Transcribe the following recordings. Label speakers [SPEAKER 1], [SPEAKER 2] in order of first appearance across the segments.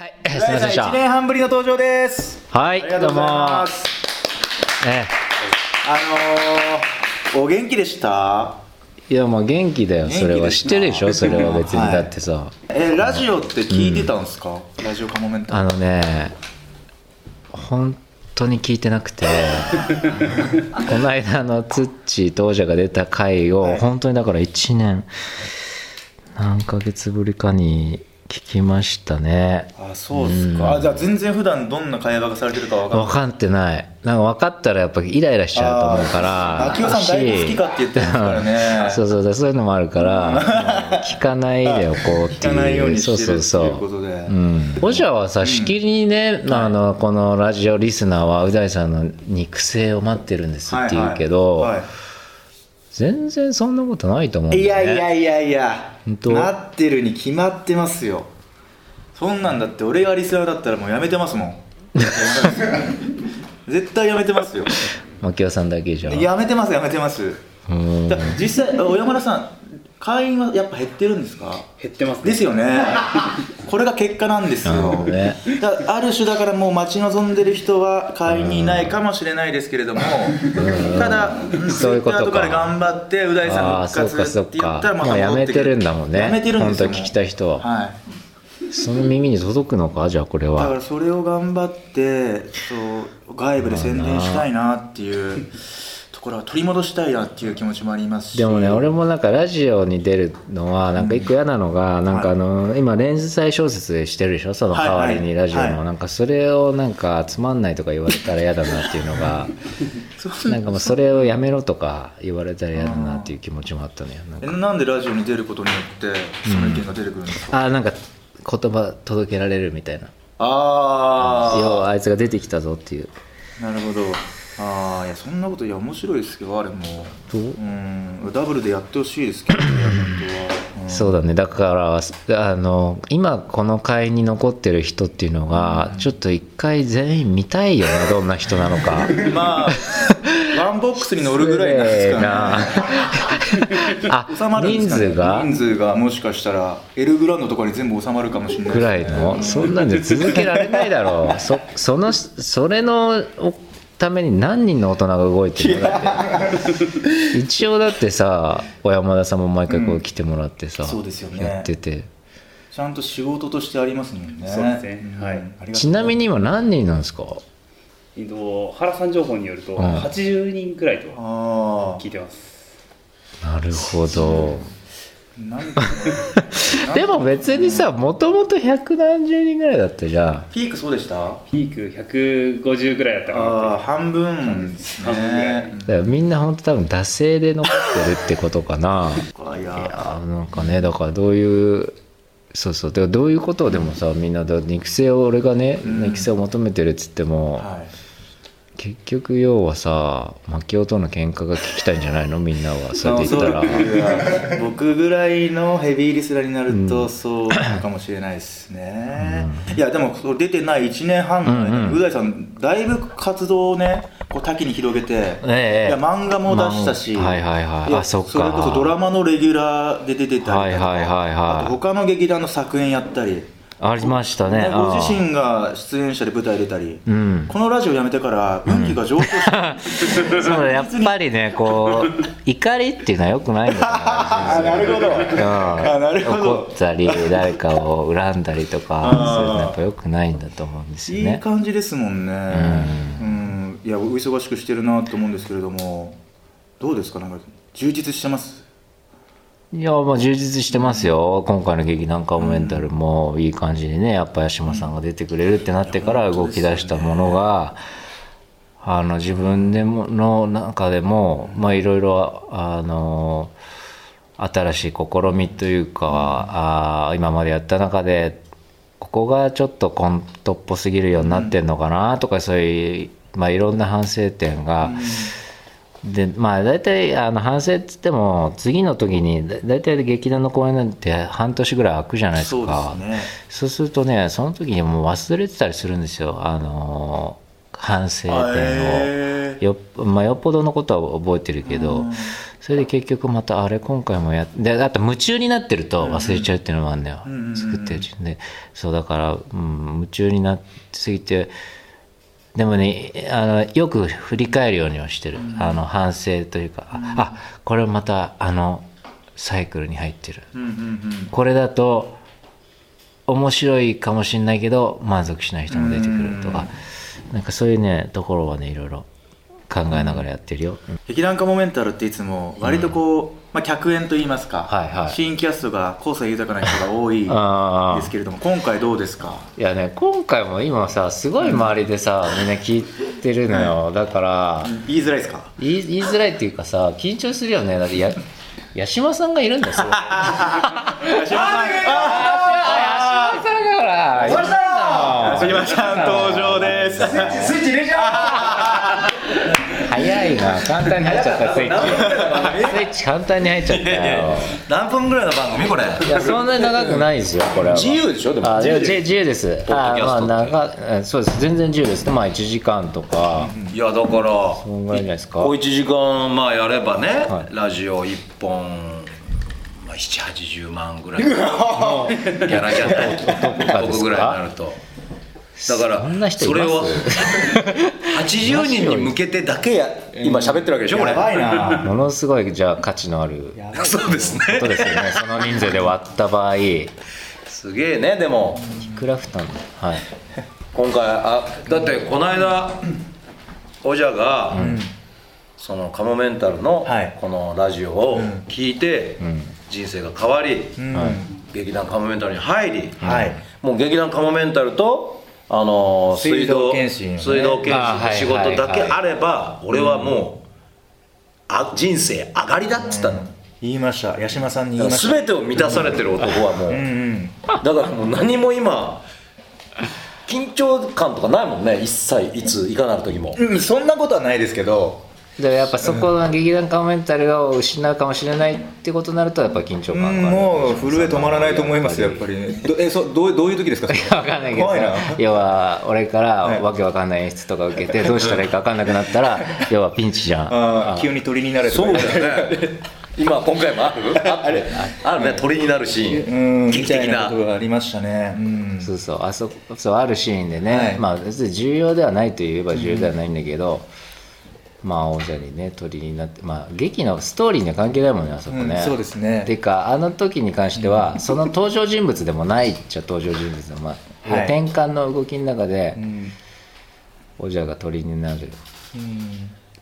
[SPEAKER 1] すみませんでした
[SPEAKER 2] 一年半ぶりの登場です。
[SPEAKER 1] はい
[SPEAKER 2] ありがとうございます。
[SPEAKER 1] どうもね
[SPEAKER 2] あのー、お元気でした。
[SPEAKER 1] いやまあ元気だよそれは
[SPEAKER 2] 元気です
[SPEAKER 1] 知っ
[SPEAKER 2] な
[SPEAKER 1] てるでしょそれは別に
[SPEAKER 2] はい
[SPEAKER 1] だってさ
[SPEAKER 2] えラジオって聞いてたんですか、ラジオカモメンタ
[SPEAKER 1] あのね本当に聞いてなく てこの間あのツッチー当社が出た回を本当にだから1年何ヶ月ぶりかに聞きましたね
[SPEAKER 2] あそうっすか、あじゃあ全然普段どんな会話がされてるかわか
[SPEAKER 1] 分
[SPEAKER 2] んない
[SPEAKER 1] かってないなんか分かったらやっぱイライラしちゃうと思うから
[SPEAKER 2] あきおさん大好きかって言ってますからね
[SPEAKER 1] そうそうそうそういうのもあるから聞かないでおこうっていう
[SPEAKER 2] 聞かないようにしてる
[SPEAKER 1] そうそう
[SPEAKER 2] っていう
[SPEAKER 1] そ
[SPEAKER 2] こ
[SPEAKER 1] う
[SPEAKER 2] とで、
[SPEAKER 1] うん、オジャはさしきりにね、あのこのラジオリスナーはう大さんの肉声を待ってるんです
[SPEAKER 2] はいはい
[SPEAKER 1] って言うけど、
[SPEAKER 2] はい
[SPEAKER 1] 全然そんなことないと思うんだ
[SPEAKER 2] いや
[SPEAKER 1] よね
[SPEAKER 2] いやいやいや
[SPEAKER 1] 本当
[SPEAKER 2] なってるに決まってますよそんなんだって俺がリスナーだったらもうやめてますもん 絶対やめてますよ
[SPEAKER 1] 牧雄さんだけじゃん
[SPEAKER 2] やめてますやめてます
[SPEAKER 1] うん
[SPEAKER 2] だ実際小山田さん会員はやっぱ減ってるんですか
[SPEAKER 3] 減ってますね
[SPEAKER 2] ですよ ねこれが結果なんです
[SPEAKER 1] なるほ
[SPEAKER 2] よ、
[SPEAKER 1] どね
[SPEAKER 2] だからある種だからもう待ち望んでる人は会員にいないかもしれないですけれどもただ
[SPEAKER 1] そういうことか
[SPEAKER 2] Twitter とかで頑張ってう大
[SPEAKER 1] あ
[SPEAKER 2] さ
[SPEAKER 1] あ
[SPEAKER 2] ん
[SPEAKER 1] そ
[SPEAKER 2] 復
[SPEAKER 1] うか
[SPEAKER 2] 活
[SPEAKER 1] そ
[SPEAKER 2] っ
[SPEAKER 1] う
[SPEAKER 2] て言
[SPEAKER 1] か
[SPEAKER 2] ったらま
[SPEAKER 1] も
[SPEAKER 2] た
[SPEAKER 1] うや
[SPEAKER 2] 戻
[SPEAKER 1] め
[SPEAKER 2] って
[SPEAKER 1] て
[SPEAKER 2] く
[SPEAKER 1] るんだもんね
[SPEAKER 2] やめてるんですよ
[SPEAKER 1] 本当は聞きたい人は
[SPEAKER 2] はい
[SPEAKER 1] その耳に届くのかじゃあこれ
[SPEAKER 2] だか
[SPEAKER 1] は
[SPEAKER 2] らそれを頑張ってそう外部で宣伝したいなっていうところは取り戻したいなっていう気持ちもありますし
[SPEAKER 1] でもね俺もなんかラジオに出るのはなんか一個嫌なのが、なんかあの、今連載小説してるでしょその代わりにラジオの、
[SPEAKER 2] はいはいはい
[SPEAKER 1] なんかそれをなんかつまんないとか言われたら嫌だなっていうの が
[SPEAKER 2] そん
[SPEAKER 1] なんかもうそれをやめろとか言われたら嫌だなっていう気持ちもあったのよなん
[SPEAKER 2] え
[SPEAKER 1] か
[SPEAKER 2] なんでラジオに出ることによってその意見が出てくるんですか、
[SPEAKER 1] あーなんか言葉届けられるみたいな要
[SPEAKER 2] あ
[SPEAKER 1] はあいつが出てきたぞっていう
[SPEAKER 2] あなるほどああいやそんなこといや面白いですけどあれも
[SPEAKER 1] どう
[SPEAKER 2] うんダブルでやってほしいですけどね本当は、うん
[SPEAKER 1] そうだねだからあの今この会に残ってる人っていうのがちょっと一回全員見たいよなどんな人なのか
[SPEAKER 2] まあワンボックスに乗るぐらいなんですかね
[SPEAKER 1] ね あ
[SPEAKER 2] 収まるんで
[SPEAKER 1] 人
[SPEAKER 2] すかね
[SPEAKER 1] 数が
[SPEAKER 2] 人数がもしかしたら L グランドとかに全部収まるかもしれない
[SPEAKER 1] ぐらい
[SPEAKER 2] ですね
[SPEAKER 1] のそんなんで続けられないだろ うそそのそれのおために何人の大人が動いてるのだって一応だってさ小山田さんも毎回こう来てもらってさ、
[SPEAKER 2] そうですよね
[SPEAKER 1] やってて
[SPEAKER 2] ちゃんと仕事としてありますもんね
[SPEAKER 3] そうですね
[SPEAKER 2] ん
[SPEAKER 3] はい
[SPEAKER 2] ありがとう
[SPEAKER 1] ちなみに今何人なんですか
[SPEAKER 3] えっと原さん情報によると、
[SPEAKER 1] うん
[SPEAKER 3] 80人くらいと
[SPEAKER 2] ああ
[SPEAKER 3] 聞いてます
[SPEAKER 1] なるほど
[SPEAKER 2] なんか
[SPEAKER 1] でも別にさもともと百何十人ぐらいだったじゃん
[SPEAKER 2] ピークそうでした
[SPEAKER 3] ピーク150くらいだったか
[SPEAKER 2] ああ
[SPEAKER 3] な
[SPEAKER 2] 半分です
[SPEAKER 3] 半分ぐらい
[SPEAKER 2] ね
[SPEAKER 1] だからみんな本当多分惰性で残ってるってことかな
[SPEAKER 2] い
[SPEAKER 1] い
[SPEAKER 2] や
[SPEAKER 1] やーなんかねだからどういうそうそうだからどういうことをでもさみんなだ肉声を俺がね、
[SPEAKER 2] うん
[SPEAKER 1] 肉声を求めてるっつっても、
[SPEAKER 2] はい
[SPEAKER 1] 結局要はさマキオとの喧嘩が聞きたいんじゃないのみんなはそ
[SPEAKER 2] まあ
[SPEAKER 1] れで言
[SPEAKER 2] おそ
[SPEAKER 1] ったら
[SPEAKER 2] らく僕ぐらいのヘビーリスナーになるとそうなのかもしれないですね、いやでもそう出てない1年半の間
[SPEAKER 1] うんうん
[SPEAKER 2] にう大、さんだいぶ活動をねこう多岐に広げて、
[SPEAKER 1] ええ
[SPEAKER 2] いや漫画も出したし、
[SPEAKER 1] 漫画はいはいはい
[SPEAKER 2] や
[SPEAKER 1] あそっか
[SPEAKER 2] れこそドラマのレギュラーで出てたりとか、
[SPEAKER 1] はいはいはいはい
[SPEAKER 2] あと他の劇団の作演やったり、
[SPEAKER 1] ありましたね
[SPEAKER 2] ねご自
[SPEAKER 1] あ
[SPEAKER 2] 身が出演者で舞台出たり、
[SPEAKER 1] ーうん
[SPEAKER 2] このラジオやめてから運気が上昇し て、
[SPEAKER 1] そうだやっぱりねこ う怒りっていうのはよくないんだから
[SPEAKER 2] あなるほど
[SPEAKER 1] うん
[SPEAKER 2] あなるほど
[SPEAKER 1] 怒ったり誰かを恨んだりとか
[SPEAKER 2] あー
[SPEAKER 1] そういうのやっぱよくないんだと思うんですよ
[SPEAKER 2] いい
[SPEAKER 1] ね
[SPEAKER 2] 感じですもんねうん、いやお忙しくしてるなと思うんですけれどもどうですかなんか充実してます
[SPEAKER 1] いやまあ充実してますよ今回の劇団かもメンタルもいい感じにねやっぱ八島さんが出てくれるってなってから動き出したものが、あの自分でもの中でもまあいろいろあの新しい試みというか、あー今までやった中でここがちょっとコントっぽすぎるようになってんのかなとか、そういう、まあ、いろんな反省点が。でまあ大体あの反省っつっても次の時にだ大体劇団の公演なんて半年ぐらい空くじゃないです
[SPEAKER 2] そうで
[SPEAKER 1] か
[SPEAKER 2] すね
[SPEAKER 1] そうするとねその時にもう忘れてたりするんですよあのー反省点を、
[SPEAKER 2] へへえ
[SPEAKER 1] よ,、まあ、よっぽどのことは覚えてるけど、それで結局またあれ今回もやっであと夢中になってると忘れちゃうっていうのもあるんだよ、
[SPEAKER 2] うんうんうん
[SPEAKER 1] 作ってるうちにねそうだから、うん、夢中になってすぎてでもねあのよく振り返るようにはしてる、あの反省というか、あこれまたあのサイクルに入ってる
[SPEAKER 2] うんうんうん
[SPEAKER 1] これだと面白いかもしれないけど満足しない人も出てくるとかなんかそういうねところはねいろいろ考えながらやってるよ、
[SPEAKER 2] 劇団カモメンタルっていつも割とこう、まあ、客演といいますか、
[SPEAKER 1] はいはい
[SPEAKER 2] 新キャストが個性豊かな人が多いで
[SPEAKER 1] ああ
[SPEAKER 2] すけれども今回どうですか
[SPEAKER 1] いやね今回も今さすごい周りでさみんな聞いてるのよだから
[SPEAKER 2] 言いづらいですか
[SPEAKER 1] 言い言いづらいっていうかさ緊張するよねだってや八嶋さんがいるん ですよ
[SPEAKER 2] 八嶋さん
[SPEAKER 1] 八嶋さんだから
[SPEAKER 2] れ
[SPEAKER 1] だ
[SPEAKER 2] 八嶋さん登場です
[SPEAKER 4] スイッチ入れちゃ
[SPEAKER 1] 早いな簡単に入っちゃったスイッチスイッチ簡単に入っちゃったよ
[SPEAKER 2] 何分ぐらいの番組これ
[SPEAKER 1] いやそんなに長くないですよこれは
[SPEAKER 2] 自由でしょでも
[SPEAKER 1] あいや自由自由です
[SPEAKER 2] ポッドキャストって
[SPEAKER 1] あまあ長いそうです全然自由ですねまあ1時間とか
[SPEAKER 5] いやだから
[SPEAKER 1] そんぐらいじゃないですか
[SPEAKER 5] 小1時間まあやればね、
[SPEAKER 1] はい
[SPEAKER 5] ラジオ1本、まあ、780万ぐらいのやらじゃない
[SPEAKER 1] かですか
[SPEAKER 5] 僕ぐらいになるとだから
[SPEAKER 1] そんな人います
[SPEAKER 5] れを80人に向けてだけや今喋ってるわけでしょこれ
[SPEAKER 2] やばいな
[SPEAKER 1] ものすごいじゃあ価値のある
[SPEAKER 5] そうですね
[SPEAKER 1] ことですよね その人数で割った場合い
[SPEAKER 5] すげえねでも
[SPEAKER 1] くら負担はい
[SPEAKER 5] 今回あだってこの間おじゃが、そのカモメンタルの
[SPEAKER 2] はい
[SPEAKER 5] このラジオを聞いて、
[SPEAKER 1] ん
[SPEAKER 5] 人生が変わり、
[SPEAKER 2] うん
[SPEAKER 5] 劇団カモメンタルに入り、
[SPEAKER 2] はい
[SPEAKER 5] もう劇団カモメンタルと、あのー
[SPEAKER 2] 水
[SPEAKER 5] 水道
[SPEAKER 2] 道検診ね
[SPEAKER 5] 水道検診の仕
[SPEAKER 1] あはい
[SPEAKER 5] 事
[SPEAKER 1] はいはい
[SPEAKER 5] だけあれば俺はもう、あ人生上がりだっつったの、
[SPEAKER 2] 言いました八嶋さんに
[SPEAKER 5] だ
[SPEAKER 2] 言い
[SPEAKER 5] か
[SPEAKER 2] ま
[SPEAKER 5] ら
[SPEAKER 2] した
[SPEAKER 5] 全てを満たされてる男はもう、
[SPEAKER 2] うんうん
[SPEAKER 5] だからもう何も今緊張感とかないもんね一切いついかなる時も、
[SPEAKER 2] うん、そんなことはないですけど、
[SPEAKER 1] でやっぱそこが劇団カモメンタルを失うかもしれないってことになるとやっぱ緊張
[SPEAKER 2] う
[SPEAKER 1] 感がある
[SPEAKER 2] ん、もう震え止まらないと思いますよやっぱりねどえそどうどういう時ですか
[SPEAKER 1] わかんないけど
[SPEAKER 2] 怖いな
[SPEAKER 1] さ要は俺か
[SPEAKER 2] は
[SPEAKER 1] ら
[SPEAKER 2] い
[SPEAKER 1] わけわかんない演出とか受けてどうしたらいいかわかんなくなったら要はピンチじゃん
[SPEAKER 2] あー急に鳥になれとか
[SPEAKER 5] そうだよね 今今回もあるあるあるね鳥になるシーン、
[SPEAKER 2] うん
[SPEAKER 5] 劇
[SPEAKER 2] みた
[SPEAKER 5] 的
[SPEAKER 2] いな
[SPEAKER 5] な
[SPEAKER 2] ことがありましたねうん
[SPEAKER 1] そうそうあそこそうあるシーンでね、
[SPEAKER 2] はい
[SPEAKER 1] まあ別に重要ではないといえば重要ではないんだけど、まあ王者にね鳥になってまあ劇のストーリーには関係ないもんねあそこね、
[SPEAKER 2] うんそうですね
[SPEAKER 1] てかあの時に関しては、その登場人物でもないっちゃ登場人物でも、まあ
[SPEAKER 2] はい
[SPEAKER 1] 転換の動きの中で、
[SPEAKER 2] うん
[SPEAKER 1] オジャが鳥になる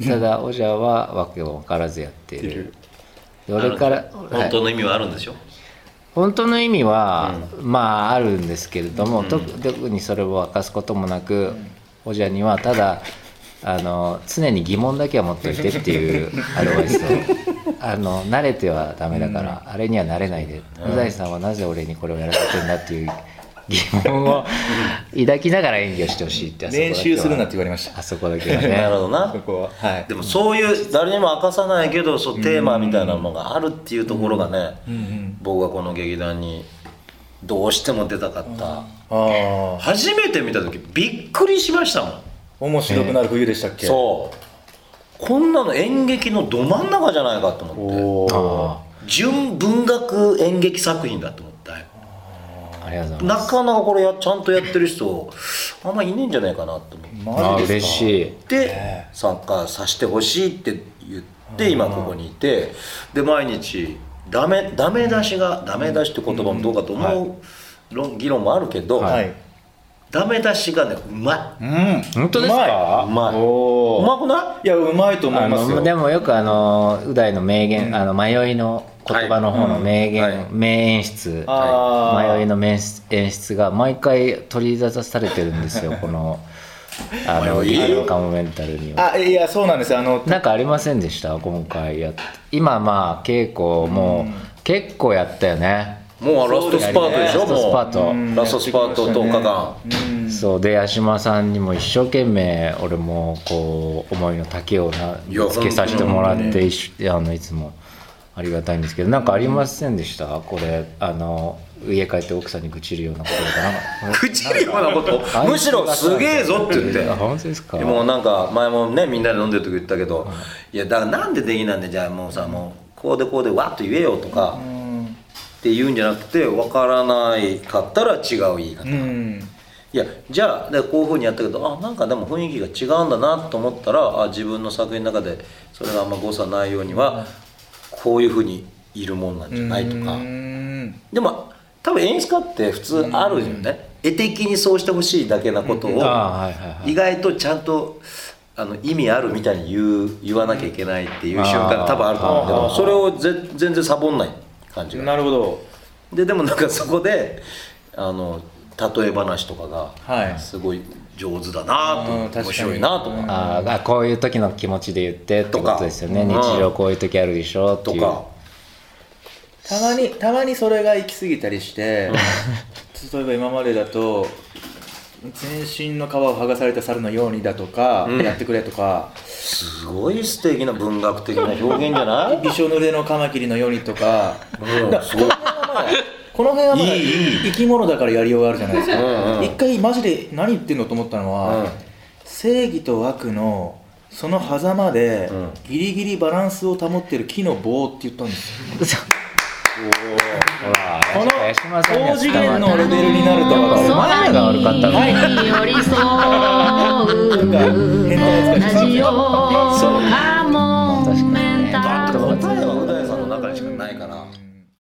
[SPEAKER 2] うん
[SPEAKER 1] ただオジャはわけも分からずやっているで俺からは
[SPEAKER 5] 本
[SPEAKER 1] い
[SPEAKER 5] 当の意味はあるんでしょ、
[SPEAKER 1] 本当の意味は、まああるんですけれども、特特にそれを明かすこともなく、おじゃにはただあの常に疑問だけは持っておいてって いうアドバイスをあの慣れてはダメだから、あれには慣れないで宇大、さんはなぜ俺にこれをやらせてんだっていう疑問を抱きながら演技をしてほしいってあそこだけ
[SPEAKER 2] 練
[SPEAKER 1] は
[SPEAKER 2] 習するなって言われました
[SPEAKER 1] あそこだけは
[SPEAKER 5] な
[SPEAKER 1] ね
[SPEAKER 5] るほどな
[SPEAKER 2] そこははい
[SPEAKER 5] でもそういう誰にも明かさないけどそうテーマみたいなのがあるっていうところがね、僕がこの劇団にどうしても出たかった、
[SPEAKER 2] ああ
[SPEAKER 5] 初めて見た時びっくりしましたもん、
[SPEAKER 2] 面白くなる冬でしたっけ
[SPEAKER 5] そうこんなの演劇のど真ん中じゃないかと思って
[SPEAKER 2] おー
[SPEAKER 1] あ
[SPEAKER 5] 純文学演劇作品だと思って
[SPEAKER 1] ーありがとうござい
[SPEAKER 5] な
[SPEAKER 1] ま
[SPEAKER 5] かなかこれやちゃんとやってる人あんまいねえんじゃないかなと思っ
[SPEAKER 1] すあ
[SPEAKER 2] マジで
[SPEAKER 1] 嬉
[SPEAKER 2] すか
[SPEAKER 1] しい
[SPEAKER 5] て参加させてほしいって言って今ここにいてで毎日ダメダメ出しがダメ出しって言葉もどうかと思う論議論もあるけど
[SPEAKER 2] はい
[SPEAKER 5] ダメ出しがねうま
[SPEAKER 2] う
[SPEAKER 5] い
[SPEAKER 2] ん
[SPEAKER 1] 本当ですか
[SPEAKER 5] うまい
[SPEAKER 2] おお
[SPEAKER 5] うまくない
[SPEAKER 2] いやうまいと思
[SPEAKER 1] あ
[SPEAKER 2] います
[SPEAKER 1] の
[SPEAKER 2] よ
[SPEAKER 1] でもよくあのう大の名言、あの迷いの言葉の方の名言、
[SPEAKER 5] はいうんはい
[SPEAKER 1] 名演出、
[SPEAKER 2] あー
[SPEAKER 1] 迷いの名演出演出が毎回取り出されてるんですよこのあの
[SPEAKER 5] 迷い
[SPEAKER 1] あのカモメンタルには。
[SPEAKER 2] あいやそうなんですよあの
[SPEAKER 1] なんかありませんでした今回やっ今まあ稽古も結構やったよね。
[SPEAKER 5] もうラストスパートでし
[SPEAKER 1] ラ
[SPEAKER 5] ょ
[SPEAKER 1] ストスパー
[SPEAKER 5] も
[SPEAKER 1] ト、
[SPEAKER 5] うラストスパート10日間
[SPEAKER 1] そうで八嶋さんにも一生懸命俺もこう思いの丈をない
[SPEAKER 5] や
[SPEAKER 1] つけさせてもらってい,、あのいつもありがたいんですけどなんかありませんでした、これあの家帰って奥さんに愚痴るようなことだから
[SPEAKER 5] 朽ちるようなことむしろすげえぞって言って
[SPEAKER 1] あ本当ですか
[SPEAKER 5] でもなんか前もねみんなで飲んでる時言ったけど、いやだからなんでできないんだよじゃあもうさもうこうでこうでわっと言えよとか、って言うんじゃなくて分からないかったら違う言い方、
[SPEAKER 2] う
[SPEAKER 5] い
[SPEAKER 2] ん
[SPEAKER 5] やじゃあでこういうふうにやったけどあなんかでも雰囲気が違うんだなと思ったらあ自分の作品の中でそれがあんま誤差ないようにはこういうふうにいるもんなんじゃないとか。
[SPEAKER 2] うん
[SPEAKER 5] でも多分演出家って普通あるよね、絵的にそうしてほしいだけなことを
[SPEAKER 1] あーはいはいはい
[SPEAKER 5] 意外とちゃんとあの意味あるみたいに言う言わなきゃいけないっていう瞬間が多分あると思うんだけ
[SPEAKER 2] あ
[SPEAKER 5] ど
[SPEAKER 2] ー
[SPEAKER 5] それをぜ全然サボんない感じが
[SPEAKER 2] なるほど
[SPEAKER 5] ででもなんかそこであの例え話とか
[SPEAKER 2] はい
[SPEAKER 5] がすごい上手だなと、
[SPEAKER 2] うん確かに
[SPEAKER 5] 面白いなとか、
[SPEAKER 1] あーあこういう時の気持ちで言ってってことですよね
[SPEAKER 5] と
[SPEAKER 1] 日
[SPEAKER 5] か
[SPEAKER 1] 常こういう時あるでしょって
[SPEAKER 5] と
[SPEAKER 1] いう
[SPEAKER 5] か
[SPEAKER 2] たまにたまにそれが行き過ぎたりして例えば今までだと全身の皮を剥がされた猿のようにだとか、やってくれとか
[SPEAKER 5] すごい素敵な文学的な表現じゃない
[SPEAKER 2] びしょ濡れのカマキリのようにとか
[SPEAKER 5] うんすごい
[SPEAKER 2] この辺はまだ
[SPEAKER 5] いいいい
[SPEAKER 2] 生き物だからやりようがあるじゃないですか、
[SPEAKER 5] うんうん
[SPEAKER 2] 一回マジで何言ってんのと思ったのは、
[SPEAKER 5] うん
[SPEAKER 2] 正義と悪のその狭間で
[SPEAKER 5] ん
[SPEAKER 2] ギリギリバランスを保ってる木の棒って言ったんですよ、
[SPEAKER 1] ほら
[SPEAKER 2] この
[SPEAKER 1] やっぱ八嶋さんには
[SPEAKER 2] 高次元
[SPEAKER 1] 伝わ
[SPEAKER 2] の
[SPEAKER 1] んな
[SPEAKER 2] レ
[SPEAKER 1] い
[SPEAKER 2] ベルになると分かる
[SPEAKER 1] 前が悪かったの
[SPEAKER 2] に
[SPEAKER 6] 寄り添う
[SPEAKER 2] 同じよ
[SPEAKER 6] うかも
[SPEAKER 1] メンタル
[SPEAKER 5] 答え